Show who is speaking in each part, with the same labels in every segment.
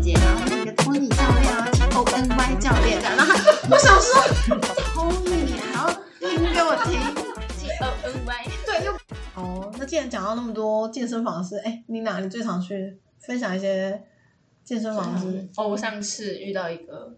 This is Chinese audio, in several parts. Speaker 1: 节，然后那个托尼教练啊，O N Y 教练这样，然后他我想说托尼还要拼给我听，
Speaker 2: G O N Y。
Speaker 1: 对，又
Speaker 3: 哦，那既然讲到那么多健身房的事，哎，妮娜，你最常去分享一些健身房的事？
Speaker 2: 哦，我上次遇到一个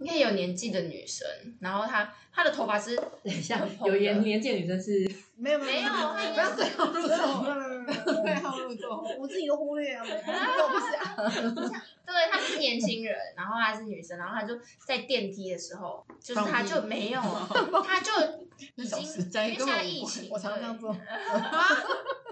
Speaker 2: 应该有年纪的女生，然后她她的头发是
Speaker 4: 等一下
Speaker 2: 很，蓬
Speaker 4: 有
Speaker 2: 的
Speaker 4: 颜年纪的女生是
Speaker 3: 没有没
Speaker 2: 没有，
Speaker 3: 有，
Speaker 2: 她
Speaker 3: 不要
Speaker 2: 也
Speaker 3: 对号入座，
Speaker 1: 对号入座，
Speaker 3: 我自己都忽略啊， 我不是啊，
Speaker 2: 对，她是年轻人，然后她是女生，然后她就在电梯的时候，就是她就没有，她就已经因为现在疫情，
Speaker 3: 我常常这样做。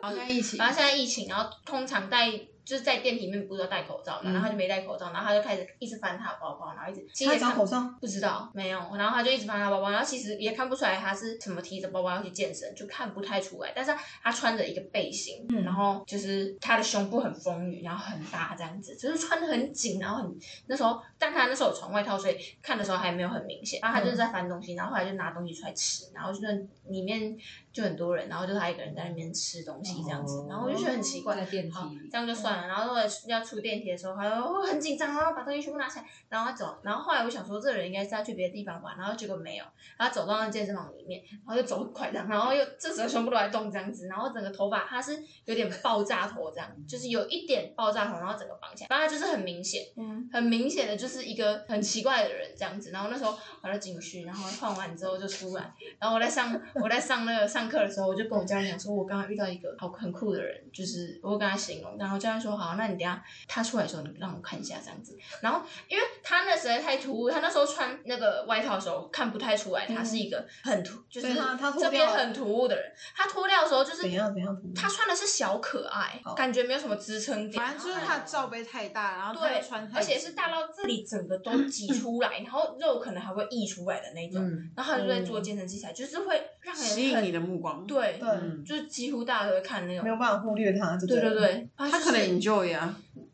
Speaker 1: 好像一起
Speaker 2: 然后现在疫情，然后通常戴就是在店里面不是都戴口罩嘛，然后他就没戴口罩，然后他就开始一直翻他的包包，然后一直其实
Speaker 3: 他
Speaker 2: 也
Speaker 3: 找
Speaker 2: 看
Speaker 3: 口罩，
Speaker 2: 不知道没有，然后他就一直翻他包包，然后其实也看不出来他是什么提着包包要去健身，就看不太出来，但是他穿着一个背心，
Speaker 3: 嗯
Speaker 2: 然后就是他的胸部很丰腴，然后很大这样子，就是穿的很紧，然后很那时候，但他那时候有穿外套，所以看的时候还没有很明显，然后他就是在翻东西，然后后来就拿东西出来吃，然后就是里面就很多人，然后就他一个人在那边吃东西这样子，然后我就觉得很奇怪，
Speaker 4: 在电梯
Speaker 2: 好
Speaker 4: 里，嗯
Speaker 2: 这样就算了。然后如果要出电梯的时候，他就哦很紧张，然后把东西全部拿起来，然后走。然后后来我想说，这个人应该是要去别的地方吧，然后结果没有，然后走到那健身房里面，然后又走很快这样，然后又这时候全部都在动这样子，然后整个头发他是有点爆炸头这样，就是有一点爆炸头，然后整个绑起来，然后他就是很明显，
Speaker 3: 嗯，
Speaker 2: 很明显的就是一个很奇怪的人这样子。然后那时候我在景区，然后换完之后就出来，然后我在上我在上那个上课的时候，我就跟我教练讲说，我刚刚遇到一个好很酷的人，就是我跟他形容，然后教练说好，那你等一下他出来的时候，你让我看一下这样子。然后因为他那实在太突兀，他那时候穿那个外套的时候看不太出来，他是一个很突，就是
Speaker 3: 嗯对他他脱
Speaker 2: 这
Speaker 3: 掉
Speaker 2: 边
Speaker 3: 了
Speaker 2: 很突兀的人。他脱掉的时候就是
Speaker 3: 怎样怎哦样？
Speaker 2: 他穿的是小可爱
Speaker 3: 好，
Speaker 2: 感觉没有什么支撑点，
Speaker 1: 反正就是他的罩杯太大，然后他
Speaker 2: 对
Speaker 1: 又穿，太
Speaker 2: 而且
Speaker 1: 紧
Speaker 2: 是大到这里整个都挤出来，然后肉可能还会溢出来的那种。
Speaker 4: 嗯，
Speaker 2: 然后他就在做健身器材，就是会让人
Speaker 1: 吸引
Speaker 2: 很
Speaker 1: 你的目光。
Speaker 2: 对，
Speaker 3: 对，
Speaker 4: 嗯
Speaker 2: 就是几乎大家都会看那
Speaker 3: 没有
Speaker 2: 种。
Speaker 3: 办法忽略他，就
Speaker 2: 对
Speaker 3: 对
Speaker 2: 对
Speaker 3: 了，
Speaker 2: 对，
Speaker 1: 他可能 enjoy 啊，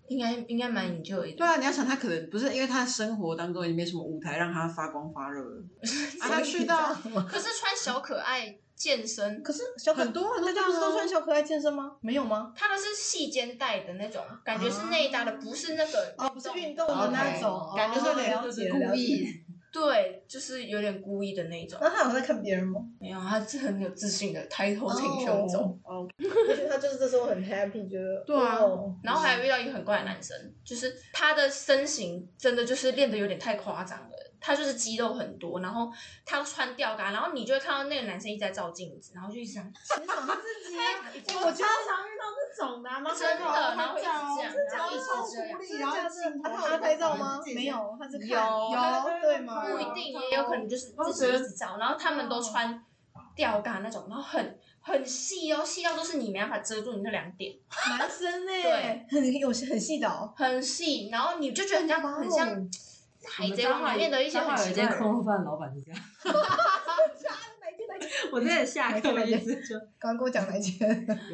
Speaker 2: 应该应该蛮 enjoy
Speaker 1: 对
Speaker 2: 的。
Speaker 1: 啊，你要想他可能不是因为他生活当中也没什么舞台让他发光发 热了，啊，他去到
Speaker 2: 可是穿小可爱健身，
Speaker 3: 可是小可
Speaker 1: 很多人
Speaker 3: 大
Speaker 1: 都这
Speaker 3: 家
Speaker 1: 样
Speaker 3: 不是都
Speaker 1: 啊
Speaker 3: 穿小可爱健身吗？没有吗？
Speaker 2: 它的是细肩带的那种，感觉是内搭的，不是那个
Speaker 3: 哦，不是运动的那种，
Speaker 2: 感觉
Speaker 3: 哦
Speaker 2: 是
Speaker 3: 了解了
Speaker 1: 故
Speaker 3: 解。
Speaker 1: 意。
Speaker 2: 对，就是有点故意的那种。
Speaker 3: 那他有在看别人吗？
Speaker 2: 没有，他是很有自信的，抬头挺胸走。
Speaker 3: 哦，我觉 得他就是这时候很 happy，觉得
Speaker 1: 对啊
Speaker 3: 哦
Speaker 2: 然后还
Speaker 4: 嗯
Speaker 2: 遇到一个很怪的男生，就是他的身形真的就是练得有点太夸张了，他就是肌肉很多，然后他穿吊嘎，然后你就会看到那个男生一直在照镜子，然后就一直这样，
Speaker 3: 欣赏他自己啊。我觉得
Speaker 1: 常遇到这种的，然后
Speaker 2: 真的，
Speaker 1: 他
Speaker 2: 然后一直这样，然后一直这样，
Speaker 3: 真的假的他他有拍照吗？没，有，他是看
Speaker 1: 有
Speaker 3: 有对吗？
Speaker 2: 不一定，也有可能就是
Speaker 1: 我
Speaker 2: 自己一
Speaker 1: 觉得
Speaker 2: 直照，然后他们都穿吊嘎那种，然后很很细哦，细到都是你没办法遮住你那两点，
Speaker 3: 男生哎， 很有些很细的哦。
Speaker 2: 很细，然后你就觉得很像很像
Speaker 4: 哦
Speaker 2: 海贼王里面的一些很
Speaker 4: 有一
Speaker 2: 奇
Speaker 4: 间
Speaker 2: 怪的
Speaker 4: 空
Speaker 2: 人。
Speaker 4: 肉饭，老板是这样。我真的下课一直就，
Speaker 3: 刚刚跟我讲哪一件？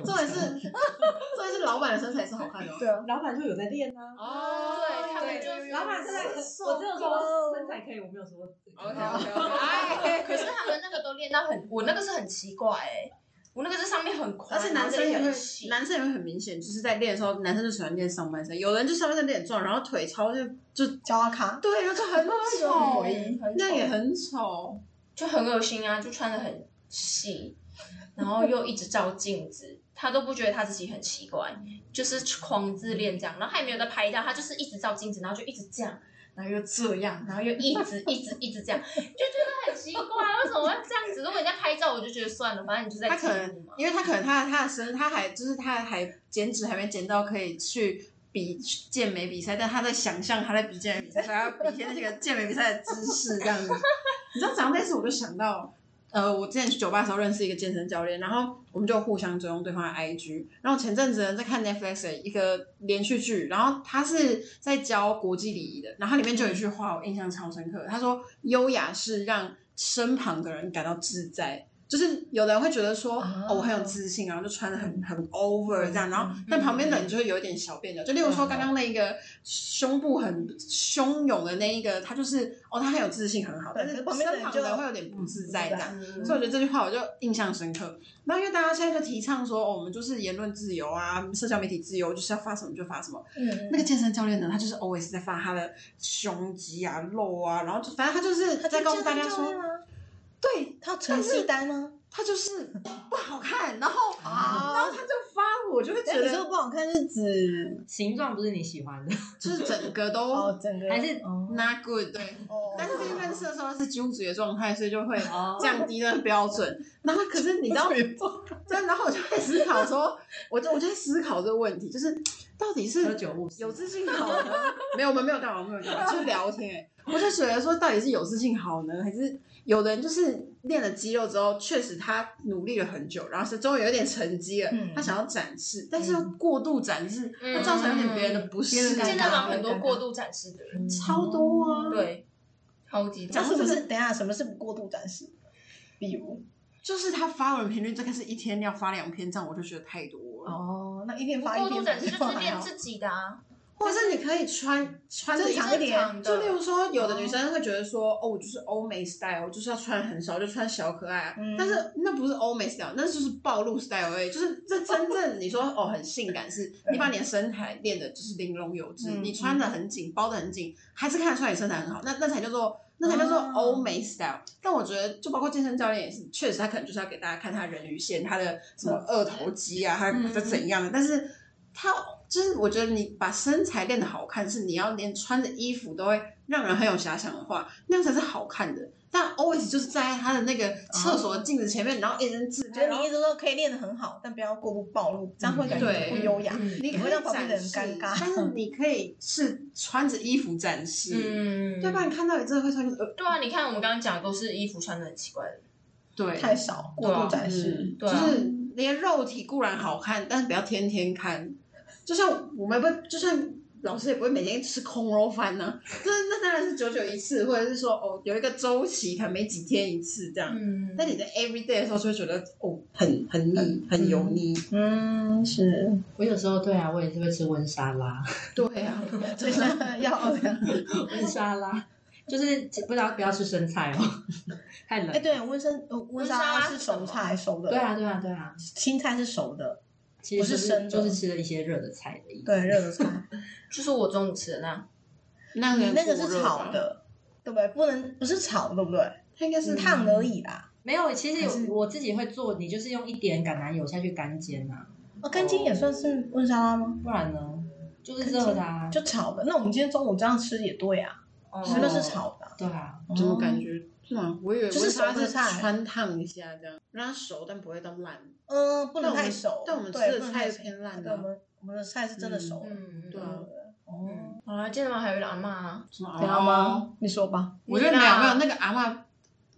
Speaker 1: 重点是，重点是老板的身材是好看的哦。
Speaker 3: 对啊，
Speaker 4: 老板就有在练啊。
Speaker 1: 哦
Speaker 2: 对他们就是
Speaker 4: 老板身材可，我只有说身材可以，我没有说。
Speaker 1: 哎，
Speaker 2: 可是他们那个都练到很，我那个是很奇怪哎、我那个是上面很宽，
Speaker 1: 而且男生也
Speaker 2: 然后这里
Speaker 1: 会
Speaker 2: 很，细，
Speaker 1: 男生也会很明显，就是在练的时候，男生就喜欢练上半身，有人就上半身练很壮，然后腿超就就
Speaker 3: 脚阿卡，
Speaker 1: 对，然后就很
Speaker 2: 很
Speaker 1: 丑
Speaker 2: 诡异，很丑
Speaker 1: 那也很丑。
Speaker 2: 就很恶心啊，就穿的很细，然后又一直照镜子，他都不觉得他自己很奇怪，就是狂自恋这样，然后他也没有在拍照，他就是一直照镜子，然后就一直这样。然后又这样，然后又一直一直一直这样，就觉得很奇怪，为什么会这样子？如果你在拍照，我就觉得算了，反正你就在
Speaker 1: 他
Speaker 2: 记
Speaker 1: 可
Speaker 2: 录
Speaker 1: 能
Speaker 2: 嘛。
Speaker 1: 因为他可能他他的身他还就是他还减脂还没减到可以去比健美比赛，但他在想象他在比健美比赛，他要比一些那个健美比赛的姿势这样子。你知道讲到这次我就想到，呃，我之前去酒吧的时候认识一个健身教练，然后我们就互相追踪对方的 IG。然后前阵子呢在看 Netflix 的一个连续剧，然后他是在教国际礼仪的，然后里面就有一句话我印象超深刻，他说：“优雅是让身旁的人感到自在。”就是有的人会觉得说，
Speaker 3: 啊
Speaker 1: 哦，我很有自信，然后就穿的很很 over 这样，然后
Speaker 2: 嗯
Speaker 1: 但旁边的人就会有一点小别扭。就例如说
Speaker 3: 啊
Speaker 1: 刚刚那一个胸部很汹涌的那一个，他就是哦，他很有自信，很好，
Speaker 3: 对
Speaker 1: 但是
Speaker 3: 可是旁
Speaker 1: 身
Speaker 3: 边的人
Speaker 1: 旁的人
Speaker 3: 就
Speaker 1: 会有点不自在这样。
Speaker 2: 嗯
Speaker 1: 所以我觉得这句话我就印象深刻。那因为大家现在就提倡说，哦，我们就是言论自由啊，社交媒体自由，就是要发什么就发什么。
Speaker 3: 嗯，
Speaker 1: 那个健身教练呢，他就是 always 在发他的胸肌啊、肉啊，然后就反正他就是
Speaker 3: 他
Speaker 1: 在
Speaker 3: 就
Speaker 1: 告诉
Speaker 3: 叫
Speaker 1: 大
Speaker 3: 他
Speaker 1: 家
Speaker 3: 教
Speaker 1: 说，
Speaker 3: 练啊
Speaker 1: 对
Speaker 3: 他成绩单呢？
Speaker 1: 他就是不好看，然后、
Speaker 3: 啊
Speaker 1: 然后他就发，我就会觉
Speaker 3: 哎但你说
Speaker 1: 得
Speaker 3: 不好看是指
Speaker 4: 形状不是你喜欢的，
Speaker 1: 就是整个都
Speaker 3: 哦，整个
Speaker 4: 还是
Speaker 3: 哦，
Speaker 1: not good 对。
Speaker 3: 哦
Speaker 1: 但是因为认识的时候是基督主义的状态，所以就会
Speaker 4: 哦
Speaker 1: 降低那个标准。然后可是你知道， 对，然后我就在思考说，我就我就在思考这个问题，就是到底是
Speaker 4: 喝酒误事
Speaker 1: 有自信好呢？ 没有，我们没有干嘛，没有干嘛，就是聊天、欸。我就觉得说，到底是有自信好呢，还是有的人就是练了肌肉之后，确实他努力了很久，然后是终于有点成绩了，
Speaker 3: 嗯
Speaker 1: 他想要展示，但是又过度展示，
Speaker 2: 嗯
Speaker 1: 会造成有点嗯别人的不适
Speaker 3: 别人尴尬
Speaker 1: 感。
Speaker 2: 现在蛮很多过度展示的
Speaker 4: 嗯
Speaker 2: 人，
Speaker 1: 超多啊，
Speaker 2: 对，超级多
Speaker 3: 那什么
Speaker 1: 这
Speaker 3: 是？等一下，什么是不过度展示？比如
Speaker 1: 就是他发文频率大概是一天要发两篇，这样我就觉得太多了。
Speaker 3: 哦，那一天发一
Speaker 2: 过
Speaker 3: 篇
Speaker 2: 度展示
Speaker 3: 比
Speaker 2: 就
Speaker 3: 较
Speaker 2: 是练
Speaker 3: 好
Speaker 2: 自己的啊，
Speaker 1: 或者是你可以穿穿
Speaker 3: 正
Speaker 1: 的嗯
Speaker 3: 常一点
Speaker 1: 就例如
Speaker 2: 的。
Speaker 1: 说，有的女生会觉得说，哦，我就是欧美 style，我就是要穿很少，就穿小可爱啊。
Speaker 3: 嗯
Speaker 1: 但是那不是欧美 style，那就是暴露 style 而已。就是这真正你说哦很性感，是
Speaker 3: 对
Speaker 1: 你把你的身材练的就是玲珑有致，
Speaker 3: 嗯
Speaker 1: 你穿的很紧，包的很紧，还是看得出来你身材很好，那那才叫做。那才叫做
Speaker 3: 哦
Speaker 1: 欧美 style，、但我觉得就包括健身教练也是，确实他可能就是要给大家看他人鱼线，他的什
Speaker 3: 嗯
Speaker 1: 么二头肌啊，他
Speaker 2: 嗯
Speaker 1: 他怎样的，但是他就是我觉得你把身材练得好看，是你要连穿的衣服都会让人很有遐想的话，那样才是好看的。但 always 就是站在他的那个厕所的镜子前面，然后一人自
Speaker 3: 我
Speaker 1: 拍，
Speaker 3: 觉
Speaker 1: 然
Speaker 3: 得啊
Speaker 1: 后
Speaker 3: 你一直都可以练得很好，但不要过度暴露，这样会感觉
Speaker 1: 对
Speaker 3: 不优雅。
Speaker 2: 嗯
Speaker 1: 你
Speaker 3: 也
Speaker 1: 可
Speaker 3: 会
Speaker 1: 以
Speaker 3: 让旁边的
Speaker 1: 展
Speaker 3: 人尴
Speaker 1: 示
Speaker 3: 尬
Speaker 1: 但是你可以是穿着衣服展示，
Speaker 2: 嗯，
Speaker 1: 对吧？你看到你真的会
Speaker 3: 嗯
Speaker 1: 穿就是呃，
Speaker 2: 对啊，你看我们刚刚讲的都是衣服穿的很奇怪的人，
Speaker 1: 对，
Speaker 3: 太少过度展示，
Speaker 1: 嗯
Speaker 2: 对啊
Speaker 1: 就是连肉体固然好看，但是不要天天看。就像我们不，就像老师也不会每天吃空肉饭呢、这那当然是久久一次，或者是说哦有一个周期，可能每几天一次这样。
Speaker 2: 嗯
Speaker 1: 但你在 every day 的时候，就会觉得哦很很腻，很油腻。
Speaker 3: 嗯，是，
Speaker 4: 我有时候对啊，我也是会吃温沙拉，
Speaker 1: 对啊，
Speaker 3: 所以现 在要这样。
Speaker 4: 温沙拉就是不知道不要吃生菜哦， 太冷
Speaker 3: 哎，。对，温生呃温莎
Speaker 2: 温莎
Speaker 3: 是熟菜，熟的，
Speaker 4: 对，啊，对啊，对啊，
Speaker 3: 青菜是熟的，
Speaker 4: 其实
Speaker 3: 不是
Speaker 4: 就是
Speaker 3: 生的
Speaker 4: 就是吃了一些热的菜的意思。
Speaker 3: 对，热的菜，
Speaker 2: 就是我中午吃的那样，
Speaker 1: 嗯那
Speaker 3: 你
Speaker 1: 个
Speaker 3: 那个
Speaker 1: 过
Speaker 3: 是
Speaker 1: 热
Speaker 3: 炒
Speaker 1: 吧，
Speaker 3: 的，对不对？不能不是炒，对不对？
Speaker 1: 它应该是
Speaker 3: 是烫而已啦。
Speaker 4: 没有，其实
Speaker 3: 还是
Speaker 4: 有我自己会做，你就是用一点橄榄油下去干煎啊，
Speaker 3: 哦，干煎也算是温莎拉吗？
Speaker 4: 不然呢就是热的啊，
Speaker 3: 就炒的。那我们今天中午这样吃也对啊，
Speaker 2: 哦
Speaker 3: 所以那是炒的啊。
Speaker 4: 对啊，
Speaker 1: 怎么感觉？是吗？我以为
Speaker 3: 就是
Speaker 1: 温莎
Speaker 3: 熟的
Speaker 1: 是
Speaker 3: 菜
Speaker 1: 穿烫一下这样，让它熟，但不会到烂。
Speaker 3: 嗯，不
Speaker 1: 但
Speaker 3: 能
Speaker 1: 我们
Speaker 3: 太熟。
Speaker 1: 但我们吃
Speaker 3: 对
Speaker 1: 的
Speaker 3: 不能
Speaker 1: 菜
Speaker 3: 太
Speaker 1: 是
Speaker 3: 熟
Speaker 1: 偏烂的
Speaker 3: 对，
Speaker 1: 啊
Speaker 3: 我们我们的菜是真的熟的。
Speaker 2: 嗯，
Speaker 1: 对啊
Speaker 3: 哦，
Speaker 2: 好了，今天还有一个阿嬷啊，
Speaker 1: 什么
Speaker 3: 怎样
Speaker 1: 嗯
Speaker 3: 吗？你说吧。
Speaker 1: 我觉得没
Speaker 2: 你
Speaker 1: 有
Speaker 2: 啦
Speaker 1: 没有那个阿嬷，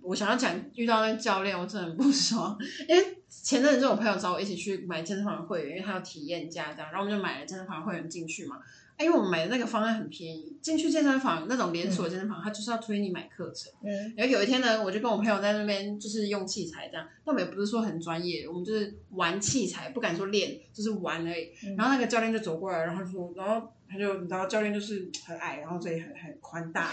Speaker 1: 我想要讲遇到那个教练，我真的很不爽，因为前阵子就有朋友找我一起去买健身房的会员，因为他要体验价这样，然后我们就买了健身房会员进去嘛。哎，因为我们买的那个方案很便宜，进去健身房那种连锁健身房，他就是要推你买课程。
Speaker 3: 嗯，
Speaker 1: 然后有一天呢，我就跟我朋友在那边就是用器材这样，但我们也不是说很专业，我们就是玩器材，不敢说练，就是玩而已。
Speaker 3: 嗯
Speaker 1: 然后那个教练就走过来，然后说，然后他就，你知道教练就是很矮，然后所以很很宽 大，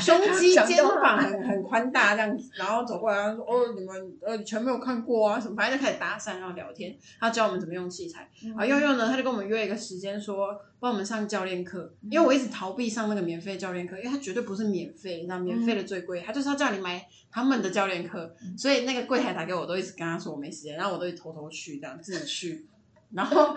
Speaker 1: 胸肌
Speaker 3: 讲到
Speaker 1: 肩膀很很宽大这样子，然后走过来，然后说，哦，你们呃以前没有看过啊什么，反正就开始搭讪，然后聊天，他教我们怎么用器材。
Speaker 3: 嗯
Speaker 1: 啊，佑佑呢，他就跟我们约一个时间说帮我们上教练课，因为我一直逃避上那个免费教练课，因为他绝对不是免费，你知道免费的最贵，他就是要叫你买他们的教练课，所以那个柜台打给我，我都一直跟他说我没时间，然后我都偷偷去这样自己去，然后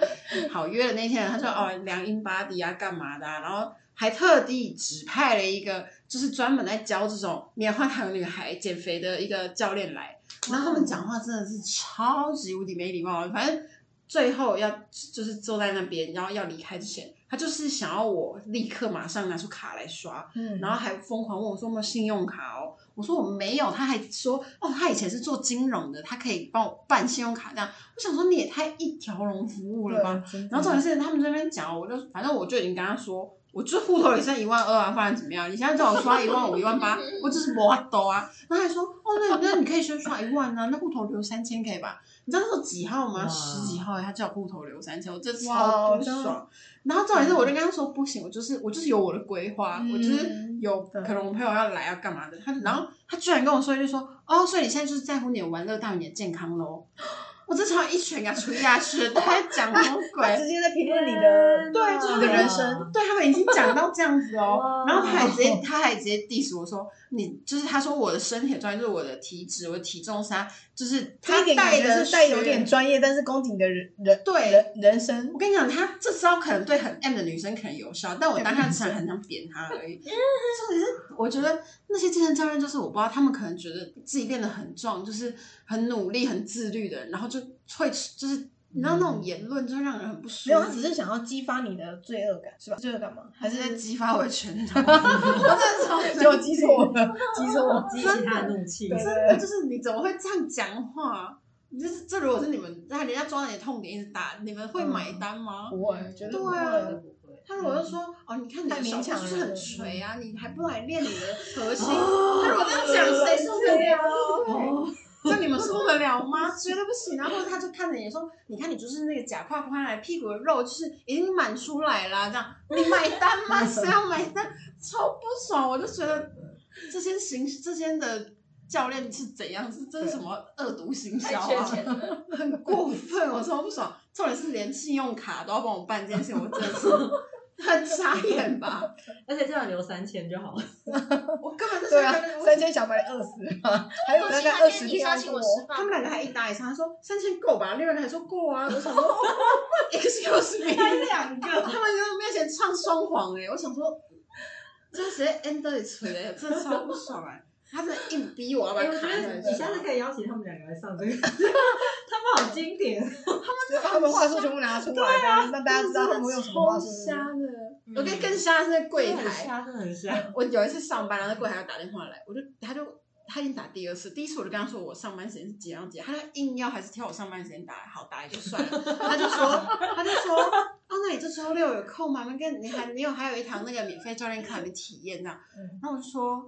Speaker 1: 好约了那天，他说哦量英巴迪啊干嘛的、啊，然后还特地指派了一个就是专门在教这种棉花糖女孩减肥的一个教练来，然后他们讲话真的是超级无敌没礼貌的，反正最后要就是坐在那边，然后要离开之前，他就是想要我立刻马上拿出卡来刷，
Speaker 3: 嗯
Speaker 1: 然后还疯狂问我说有没有信用卡哦，我说我没有，他还说哦，他以前是做金融的，他可以帮我办信用卡这样，我想说你也太一条龙服务了吧，
Speaker 3: 对真的
Speaker 1: 哦然后重点是他们这边讲，我就反正我就已经跟他说，我就户头里剩一万二啊，不然怎么样？你现在叫我刷一万五、一万八，我只是没抖啊。然后还说，哦，那那你可以先刷一万啊，那户头留三千可以吧？你知道那时候几号吗？
Speaker 4: 哇
Speaker 1: 十几号耶，欸他叫我户头留三千，我真的
Speaker 3: 哇
Speaker 1: 超不
Speaker 3: 真
Speaker 1: 爽
Speaker 3: 的。
Speaker 1: 然后重点是，我就跟他说不行，我就是我就是有我的规划，
Speaker 2: 嗯
Speaker 1: 我就是有嗯
Speaker 3: 对
Speaker 1: 可能我朋友要来要干嘛的。他然后他居然跟我说一句说，哦，所以你现在就是在乎你的玩乐大于你的健康 喽。我这场一拳给他捶下去，他还讲什么
Speaker 3: 他
Speaker 1: 鬼？
Speaker 3: 直接在评论你的，
Speaker 1: 对，就是他的人生， 对他们已经讲到这样子哦
Speaker 4: 哇，
Speaker 1: 然后他还直 接，他还直接 diss 我说，你就是他说我的身体的专业就是我的体脂，我的体重是他，就是
Speaker 3: 他
Speaker 1: 他
Speaker 3: 一点
Speaker 1: 带
Speaker 3: 感
Speaker 1: 的
Speaker 3: 觉
Speaker 1: 学
Speaker 3: 是带有点专业，但是宫颈的人人
Speaker 1: 对
Speaker 3: 人人生
Speaker 1: 我跟你讲，他这招可能对很 M 的女生可能有效，但我当下只是很想扁他而已。重点是，
Speaker 3: 嗯
Speaker 1: 我觉得那些健身教练就是我不知道，他们可能觉得自己练得很壮，就是很努力、很自律的人，然后就会就是你知道那种言论就会让人很不舒服。
Speaker 3: 没有，他啊只是嗯想要激发你的罪恶感，是吧？罪恶感吗？还
Speaker 1: 还
Speaker 3: 是
Speaker 1: 是在激发我的拳头， 我真的超
Speaker 3: 就激错了，激错了。
Speaker 4: 激起他的怒气。
Speaker 3: 对
Speaker 1: 真的就是你怎么会这样讲话？你就是这，如果是你们，那人家抓着你的痛点一直打，你们会买单吗？
Speaker 3: 不会，绝对不
Speaker 1: 对啊
Speaker 3: 会。
Speaker 4: 不会
Speaker 1: 他如果就说哦，你看你
Speaker 3: 太
Speaker 1: 的
Speaker 3: 勉
Speaker 1: 小
Speaker 3: 强
Speaker 1: 就是
Speaker 3: 了
Speaker 1: 很垂啊，你还不来练你的核心？
Speaker 4: 哦
Speaker 1: 他如果这样讲，谁受得了？
Speaker 4: 哦
Speaker 1: 这你们受得了 吗？绝对不行。然后他就看着你说，你看你就是那个假胯宽来，屁股的肉就是已经满出来了，这样你买单 吗？谁要买单？超不爽，我就觉得这些行这些的。教练是怎样？是真是什么恶毒行
Speaker 2: 太
Speaker 1: 销
Speaker 2: 缺
Speaker 1: 啊？
Speaker 2: 钱了，
Speaker 1: 很过分，我超不爽。重点是连信用卡都要帮我办这件事情，我真的是很傻眼吧？
Speaker 4: 而且这样留三千就好了。
Speaker 1: 我根本就是
Speaker 3: 对啊
Speaker 1: 觉得，我
Speaker 3: 三千小白饿死了，还有大概二十
Speaker 2: 你
Speaker 3: 天
Speaker 2: 邀
Speaker 3: 要
Speaker 2: 请我
Speaker 3: 过。
Speaker 2: 吃饭
Speaker 1: 他们两个还一搭一唱，他说三千够吧，另外一个还说够 啊。我想说，excuse me，
Speaker 4: 两
Speaker 1: 他们在我面前唱双簧哎，我想说，这谁 end 到底锤的，真欸的超不爽哎、他真的硬逼我要把
Speaker 4: 哎，
Speaker 1: 他
Speaker 4: 我
Speaker 1: 卡
Speaker 4: 觉
Speaker 1: 下
Speaker 4: 得你下次
Speaker 1: 去。
Speaker 4: 可以邀请他们两个来上这个， 他们好经典。
Speaker 3: 就把他们话术全部拿出来，这样让大家知道他们会用什么话术。
Speaker 1: 真的超瞎的，我跟更瞎的是在柜
Speaker 4: 嗯很
Speaker 1: 台，
Speaker 4: 瞎，真的很瞎。
Speaker 1: 我有一次上班，然后那柜台要打电话来，我就他就他已经打第二次，第一次我就跟他说我上班时间是几样几样，他就硬要还是挑我上班时间打来，好打也就 算了，他就说他就说哦，那你这周六有空吗？那跟你还你有还有一堂那个免费教练课还没体验这样，
Speaker 3: 嗯
Speaker 1: 然后我就说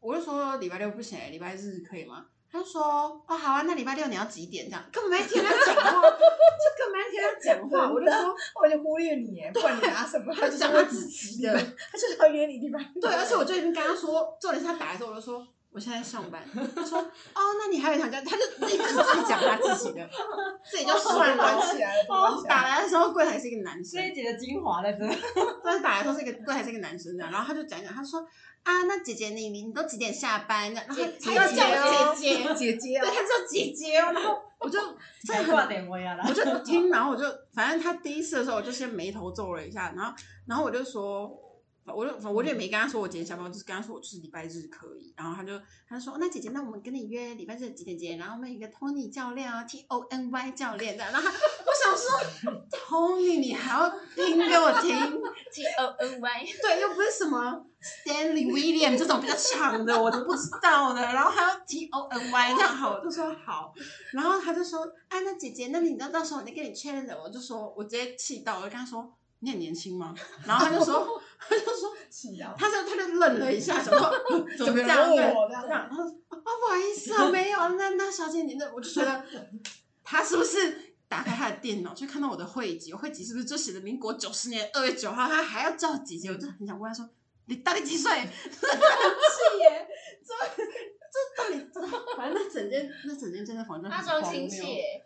Speaker 1: 我就说礼拜六不行，礼拜日可以吗？他就说哦好啊，那礼拜六你要几点这样？根本没听他讲话，就根本没听他讲话，我就说
Speaker 3: 我就忽略你耶，不管你拿什么，
Speaker 1: 他就
Speaker 3: 想
Speaker 1: 讲他自己的。
Speaker 3: 他就是要约你地方。
Speaker 1: 对，而且我就已经跟他说，重点是他打的时候，我就说我现在在上班。他说哦，那你还有一堂课，他就一直自己讲他自己的，自
Speaker 3: 哦
Speaker 1: 己就 算
Speaker 3: 玩
Speaker 1: 了。
Speaker 3: 起来了，玩起来
Speaker 1: 哦打
Speaker 3: 了。
Speaker 1: 来的时候，柜台是一个男
Speaker 4: 这
Speaker 1: 生，
Speaker 4: 一集的精华在这。
Speaker 1: 但是打来的时候是一个柜台是一个男生这样，然后他就讲一讲，他说啊，那姐姐你你你都几点下班？然后他
Speaker 3: 姐
Speaker 1: 他又叫我
Speaker 3: 哦
Speaker 1: 姐姐，
Speaker 3: 姐姐
Speaker 1: 对，
Speaker 3: 啊，
Speaker 1: 他叫姐姐哦，然后我就真的很
Speaker 4: 挂点位啊啦
Speaker 1: 我。就听，然后我就反正他第一次的时候，我就先眉头皱了一下，然后然后我就说，我就我就也没跟他说我今天下班，我就是跟他说我就是礼拜日可以，然后他就他就说那姐姐，那我们跟你约礼拜日几点几点，然后我们有一个 Tony 教练啊，T O N Y 教练这样，然后他我想说 Tony 你还要拼给我听，
Speaker 2: T O N Y，
Speaker 1: 对，又不是什么 Stanley William 这种比较长的，我都不知道的。然后还要 T O N Y 这样好，我就说好。然后他就说：“哎、那姐姐，那你到到时候我再跟你确认的。”我就说，我直接气到，我就跟他说：“你很年轻吗？”然后他就说， 他就说，
Speaker 3: 气啊！
Speaker 1: 他就他就愣了一下，想说嗯怎么这样
Speaker 3: 怎么
Speaker 1: 对
Speaker 3: 问我
Speaker 1: 这
Speaker 3: 这样哦
Speaker 1: 样，然后说啊不好意思啊，没有，那那小姐您的，我就觉得他是不是打开他的电脑就看到我的会籍，我会籍是不是就写的民国九十年二月九号，他还要叫姐姐，我就很想问他说你到底几岁？ 很气耶，这这到底这反正那整间那整间健身房真的
Speaker 2: 他
Speaker 1: 很
Speaker 2: 装
Speaker 1: 啊荒
Speaker 2: 亲
Speaker 1: 谬
Speaker 2: 戚耶，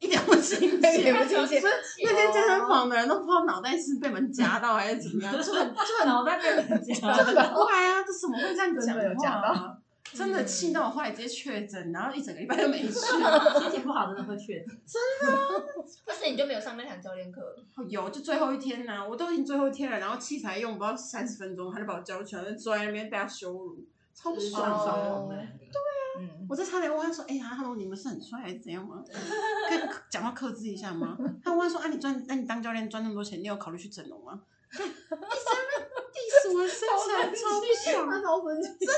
Speaker 1: 一点不亲
Speaker 3: 一
Speaker 1: 切
Speaker 3: 点。不亲
Speaker 2: 他
Speaker 3: 切
Speaker 2: 装
Speaker 1: 那
Speaker 2: 戚
Speaker 1: 天健
Speaker 4: 哦
Speaker 1: 身房的人都不知道脑袋是被门夹到还是怎么样，就很
Speaker 4: 这脑袋被人家
Speaker 1: 就很怪啊，这怎么会这样
Speaker 3: 真
Speaker 1: 讲
Speaker 3: 的有
Speaker 1: 话
Speaker 3: 讲
Speaker 1: 啊？真
Speaker 4: 嗯
Speaker 1: 的气到我后来直接确诊，然后一整个礼拜都没去。
Speaker 4: 心情不好真的会去。
Speaker 2: 为什么你就没有上那堂教练课？
Speaker 1: 有，就最后一天呐、我都已经最后一天了，然后器材用不到三十分钟，他就把我叫出来，就坐在那边被他羞辱，超不爽
Speaker 4: 算
Speaker 1: 的。
Speaker 4: 双的。
Speaker 3: 嗯，
Speaker 1: 我这差点问他说：“哎、呀，hello，你们是很帅还是怎样吗？可以 讲话克制一下吗？”他问他说：“啊，你赚，那你当教练赚那么多钱，你有考虑去整容吗？”一直在那边 diss 我的身材，超不爽。
Speaker 3: 他超生气，
Speaker 1: 啊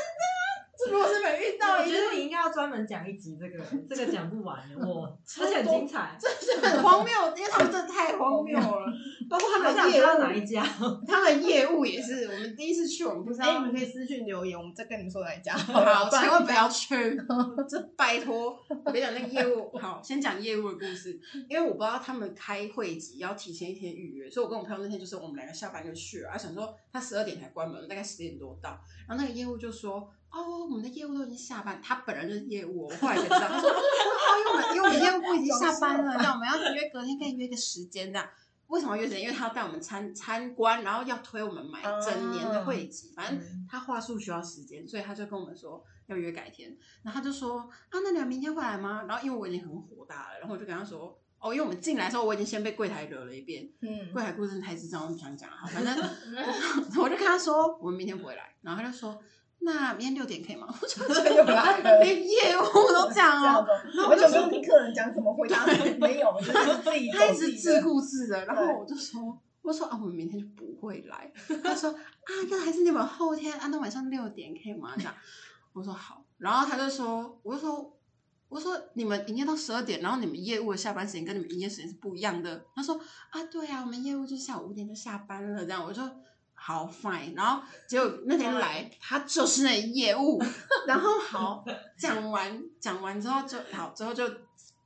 Speaker 1: 这如果是没遇到，
Speaker 4: 我
Speaker 1: 一
Speaker 4: 觉
Speaker 1: 定
Speaker 4: 得你应该要专门讲一集这个，这个 讲不完，我而且很精彩，
Speaker 1: 这是很荒谬，因为他们真的太荒谬了。包
Speaker 3: 包括他
Speaker 4: 好
Speaker 3: 们的
Speaker 4: 想知
Speaker 3: 业
Speaker 4: 道哪一
Speaker 3: 务，
Speaker 4: 家。
Speaker 3: 他们的业务也是，我们第一次去，我们不知道。
Speaker 1: 哎
Speaker 3: 你们可以私信留言，我们再跟你们说哪一家。好
Speaker 1: 好，
Speaker 3: 了，
Speaker 1: 千万不要去， 这拜托，别讲那个业务。好，先讲业务的故事，因为我不知道他们开会籍要提前一天预约，所以我跟我朋友那天就是我们两个下班就去了，啊，想说他十二点才关门，大概十点多到，然后那个业务就说。哦，我们的业务都已经下班，他本人就是业务，我后来才知道，他说，哦，因为我们因为我们业务部已经下班 了，那我们要约隔天跟你约个时间这样。为什么要约时间？因为他要带我们参参观，然后要推我们买整年的会籍，反正他话术需要时间，所以他就跟我们说要约改天。然后他就说啊，那你们明天会来吗？然后因为我已经很火大了，然后我就跟他说哦，因为我们进来的时候我已经先被柜台惹了一遍，
Speaker 2: 嗯
Speaker 1: 柜台故事太智障，我不想讲啊。反正我我就跟他说我们明天不会来，然后他就说那明天六点可以吗？我就说
Speaker 3: 又来了
Speaker 1: 连业务都这样
Speaker 3: 这样，
Speaker 1: 哦
Speaker 3: 子，完全不用听客人讲什么回答，没有，我就是自己
Speaker 1: 他
Speaker 3: 走
Speaker 1: 一直
Speaker 3: 自己
Speaker 1: 自
Speaker 3: 的
Speaker 1: 顾自的，然
Speaker 3: 对
Speaker 1: 后我就说，我说啊，我们明天就不会来。他说啊，那还是你们后天啊，那晚上六点可以吗？这样，我说好。然后他就说，我就说，我说你们营业到十二点，然后你们业务的下班时间跟你们营业时间是不一样的。他说啊，对啊，我们业务就下午五点就下班了，这样。我说好 fine。然后结果那天来，他就是那业务，然后好讲完讲完之后就好，之后就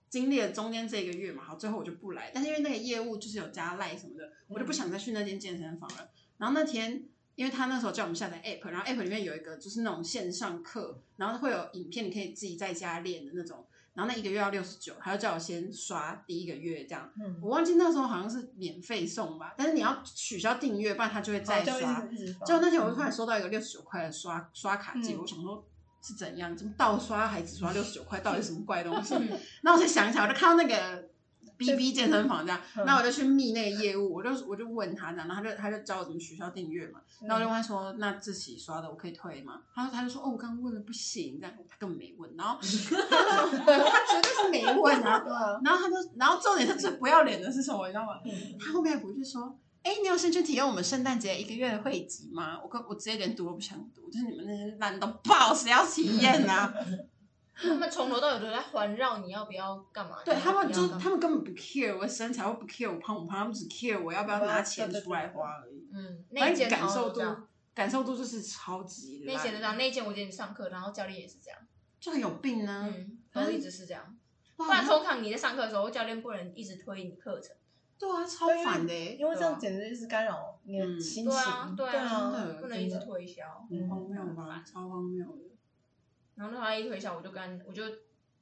Speaker 1: 经历了中间这一个月嘛，好，最后我就不来。但是因为那个业务就是有加赖什么的，我就不想再去那间健身房了。然后那天。因为他那时候叫我们下载 app，然后 app 里面有一个就是那种线上课，然后会有影片，你可以自己在家练的那种。然后那一个月要六十九，他就叫我先刷第一个月这样。
Speaker 3: 嗯
Speaker 1: 我忘记那时候好像是免费送吧，但是你要取消订阅，不然他就会再刷。
Speaker 3: 哦就一直一直放
Speaker 1: 就那天我就突然收到一个六十九块的刷刷卡记录，
Speaker 2: 嗯
Speaker 1: 我想说是怎样，怎么倒刷还只刷六十九块，到底是什么怪东西？
Speaker 2: 嗯
Speaker 1: 然后我才想起来，我就看到那个 B B 健身房这样，
Speaker 3: 嗯
Speaker 1: 那我就去密那个业务，我就我就问他这样，然后他就他就教我怎么取消订阅嘛，
Speaker 3: 嗯
Speaker 1: 然后我就问他说，那自己刷的我可以退吗？他说他就说哦，我刚刚问了不行，这样他根本没问，然后 他绝对是没问啊，
Speaker 3: 对啊，
Speaker 1: 然后他就，然后重点是最不要脸的是什么，你知道吗？
Speaker 2: 嗯
Speaker 1: 他后面还不是说，哎，你有兴趣体验我们圣诞节一个月的会籍吗？我跟我直接连读都不想读，就是你们那些烂到爆，谁要体验啊？
Speaker 2: 他们从头到尾都在环绕你要不要干嘛？
Speaker 1: 对
Speaker 2: 你
Speaker 1: 他
Speaker 2: 要不
Speaker 1: 们
Speaker 2: 要
Speaker 1: 就
Speaker 2: 干嘛
Speaker 1: 他们根本不 care 我的身材，或不 care 我胖不胖，他们只 care 我要不要拿钱出来花而已。
Speaker 2: 嗯，那
Speaker 1: 反
Speaker 2: 一
Speaker 1: 正
Speaker 2: 间
Speaker 1: 感
Speaker 2: 好像
Speaker 1: 受
Speaker 2: 都
Speaker 1: 度
Speaker 2: 这样，
Speaker 1: 感受度就是超级
Speaker 2: 那一间都这
Speaker 1: 烂，
Speaker 2: 样，那一间我今天上课，然后教练也是这样，
Speaker 1: 就很有病啊！
Speaker 2: 嗯，
Speaker 1: 嗯
Speaker 2: 都一直是这样。
Speaker 1: 不
Speaker 2: 不然通常你在上课的时候，教练不能一直推你课程，
Speaker 1: 对啊，超烦的欸，
Speaker 3: 因为这样简直就是干扰你的心情。
Speaker 2: 对啊，对
Speaker 1: 真
Speaker 2: 啊
Speaker 1: 的，
Speaker 2: 不能一直推销。
Speaker 1: 很荒
Speaker 3: 嗯
Speaker 1: 谬吧？超荒谬的。
Speaker 2: 然后他一推销，我就跟我就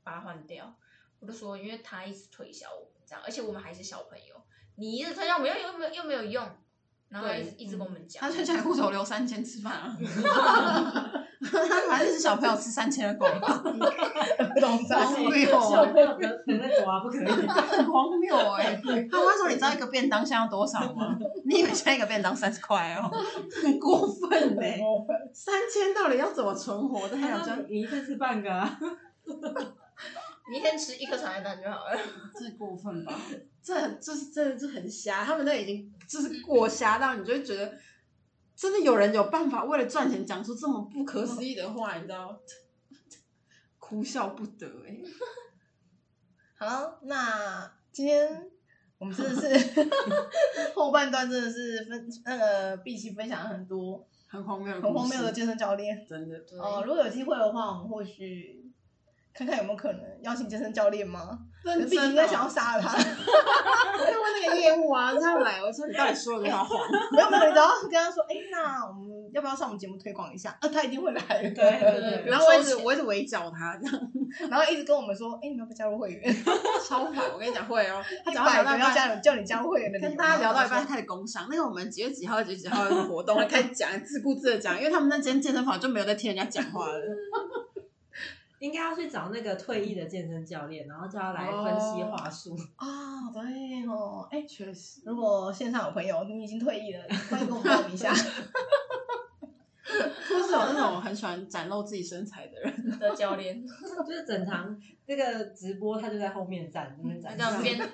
Speaker 2: 把他换掉，我就说，因为他一直推销我们这样，而且我们还是小朋友，你一直推销我们又又没有又没有用，然后他一直
Speaker 1: 对嗯
Speaker 2: 一直跟我们讲，
Speaker 1: 他去讲户头留三千吃饭 啊，他反正是小朋友吃三千 的狗，啊
Speaker 3: 懂啥
Speaker 1: 荒谬
Speaker 4: 小
Speaker 1: 欸，
Speaker 4: 朋友的能在啊抓不可以。
Speaker 1: 很荒谬哎、他妈说你知道一个便当现在要多少吗？你以为现在一个便当三十块 哦，很过分哎、三千到底要怎么存活？这
Speaker 4: 他
Speaker 1: 还想
Speaker 4: 说
Speaker 1: 真
Speaker 4: 你一次吃半个、啊，
Speaker 2: 你一天吃一颗茶叶蛋就好了。
Speaker 1: 这过分吧？ 这就是真的是很瞎，他们那已经就是过瞎到你就会觉得。真的有人有办法为了赚钱讲出这么不可思议的话，你知道？ 哭笑不得哎、
Speaker 3: 好，那今天我们真的是 后半段真的是分那个碧琪分享了很多
Speaker 1: 很荒谬的故
Speaker 3: 很
Speaker 1: 事，
Speaker 3: 荒谬的健身教练
Speaker 1: 真的。
Speaker 2: 对
Speaker 3: 哦。如果有机会的话，我们或许看看有没有可能邀请健身教练吗？可是碧琪
Speaker 1: 哦
Speaker 3: 应该想要杀了他，
Speaker 1: 我就问那个业务啊，他来，我说 你到底说了多少 谎？
Speaker 3: 没有没有，你只要跟他说，哎，那我们要不要上我们节目推广一下？啊，他一定会来的。
Speaker 4: 对对
Speaker 1: 然后我一直我一直围剿他，这样
Speaker 3: 然后一直跟我们说，哎，你们要不要加入会员？
Speaker 1: 超烦。我跟你讲会哦，他
Speaker 3: 一
Speaker 1: 只要聊
Speaker 3: 百
Speaker 1: 到
Speaker 3: 个
Speaker 1: 一
Speaker 3: 要
Speaker 1: 半，
Speaker 3: 加入叫你加入会员的理由，
Speaker 1: 跟大家聊到一半，他开始工商。那个我们几月几号几月几号有个活动，他开始讲，自顾自的讲，因为他们那间健身房就没有在听人家讲话了。
Speaker 4: 应该要去找那个退役的健身教练，然后叫他来分析话术。
Speaker 3: 啊、对哦，哎，
Speaker 1: 确实，
Speaker 3: 如果线上有朋友，你已经退役了，欢迎跟我们报名一下。
Speaker 1: 或是有那种很喜欢展露自己身材的 人，
Speaker 2: 的教 练，
Speaker 4: 就是整场那个直播，他就在后面站，那边
Speaker 2: 他
Speaker 4: 站。
Speaker 2: 这样边边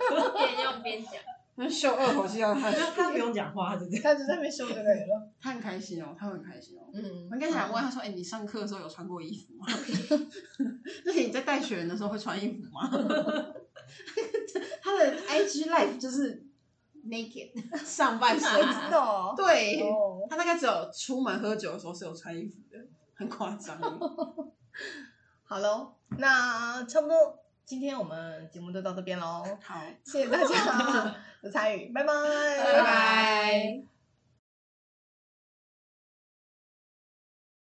Speaker 2: 用边讲，
Speaker 1: 那秀二头
Speaker 3: 啊
Speaker 1: 肌让他
Speaker 4: 他他不用讲话，他就这样。
Speaker 3: 他就在那边修就可以了。
Speaker 1: 他很开心哦，他很开心哦。
Speaker 2: 嗯
Speaker 1: 我，应该想问他说：“哎、你上课的时候有穿过衣服 吗？就是你在带学 员的时候会穿衣服吗？”他的 IG life 就是 naked 上半身，
Speaker 3: 真的哦，
Speaker 1: 对，
Speaker 3: 哦，
Speaker 1: 他大概只有出门喝酒的时候是有穿衣服的，很夸 张。
Speaker 3: 好喽，那差不多今天我们节目就到这边喽，
Speaker 1: 好，
Speaker 3: 谢谢大家的参与，拜拜，
Speaker 1: 拜拜。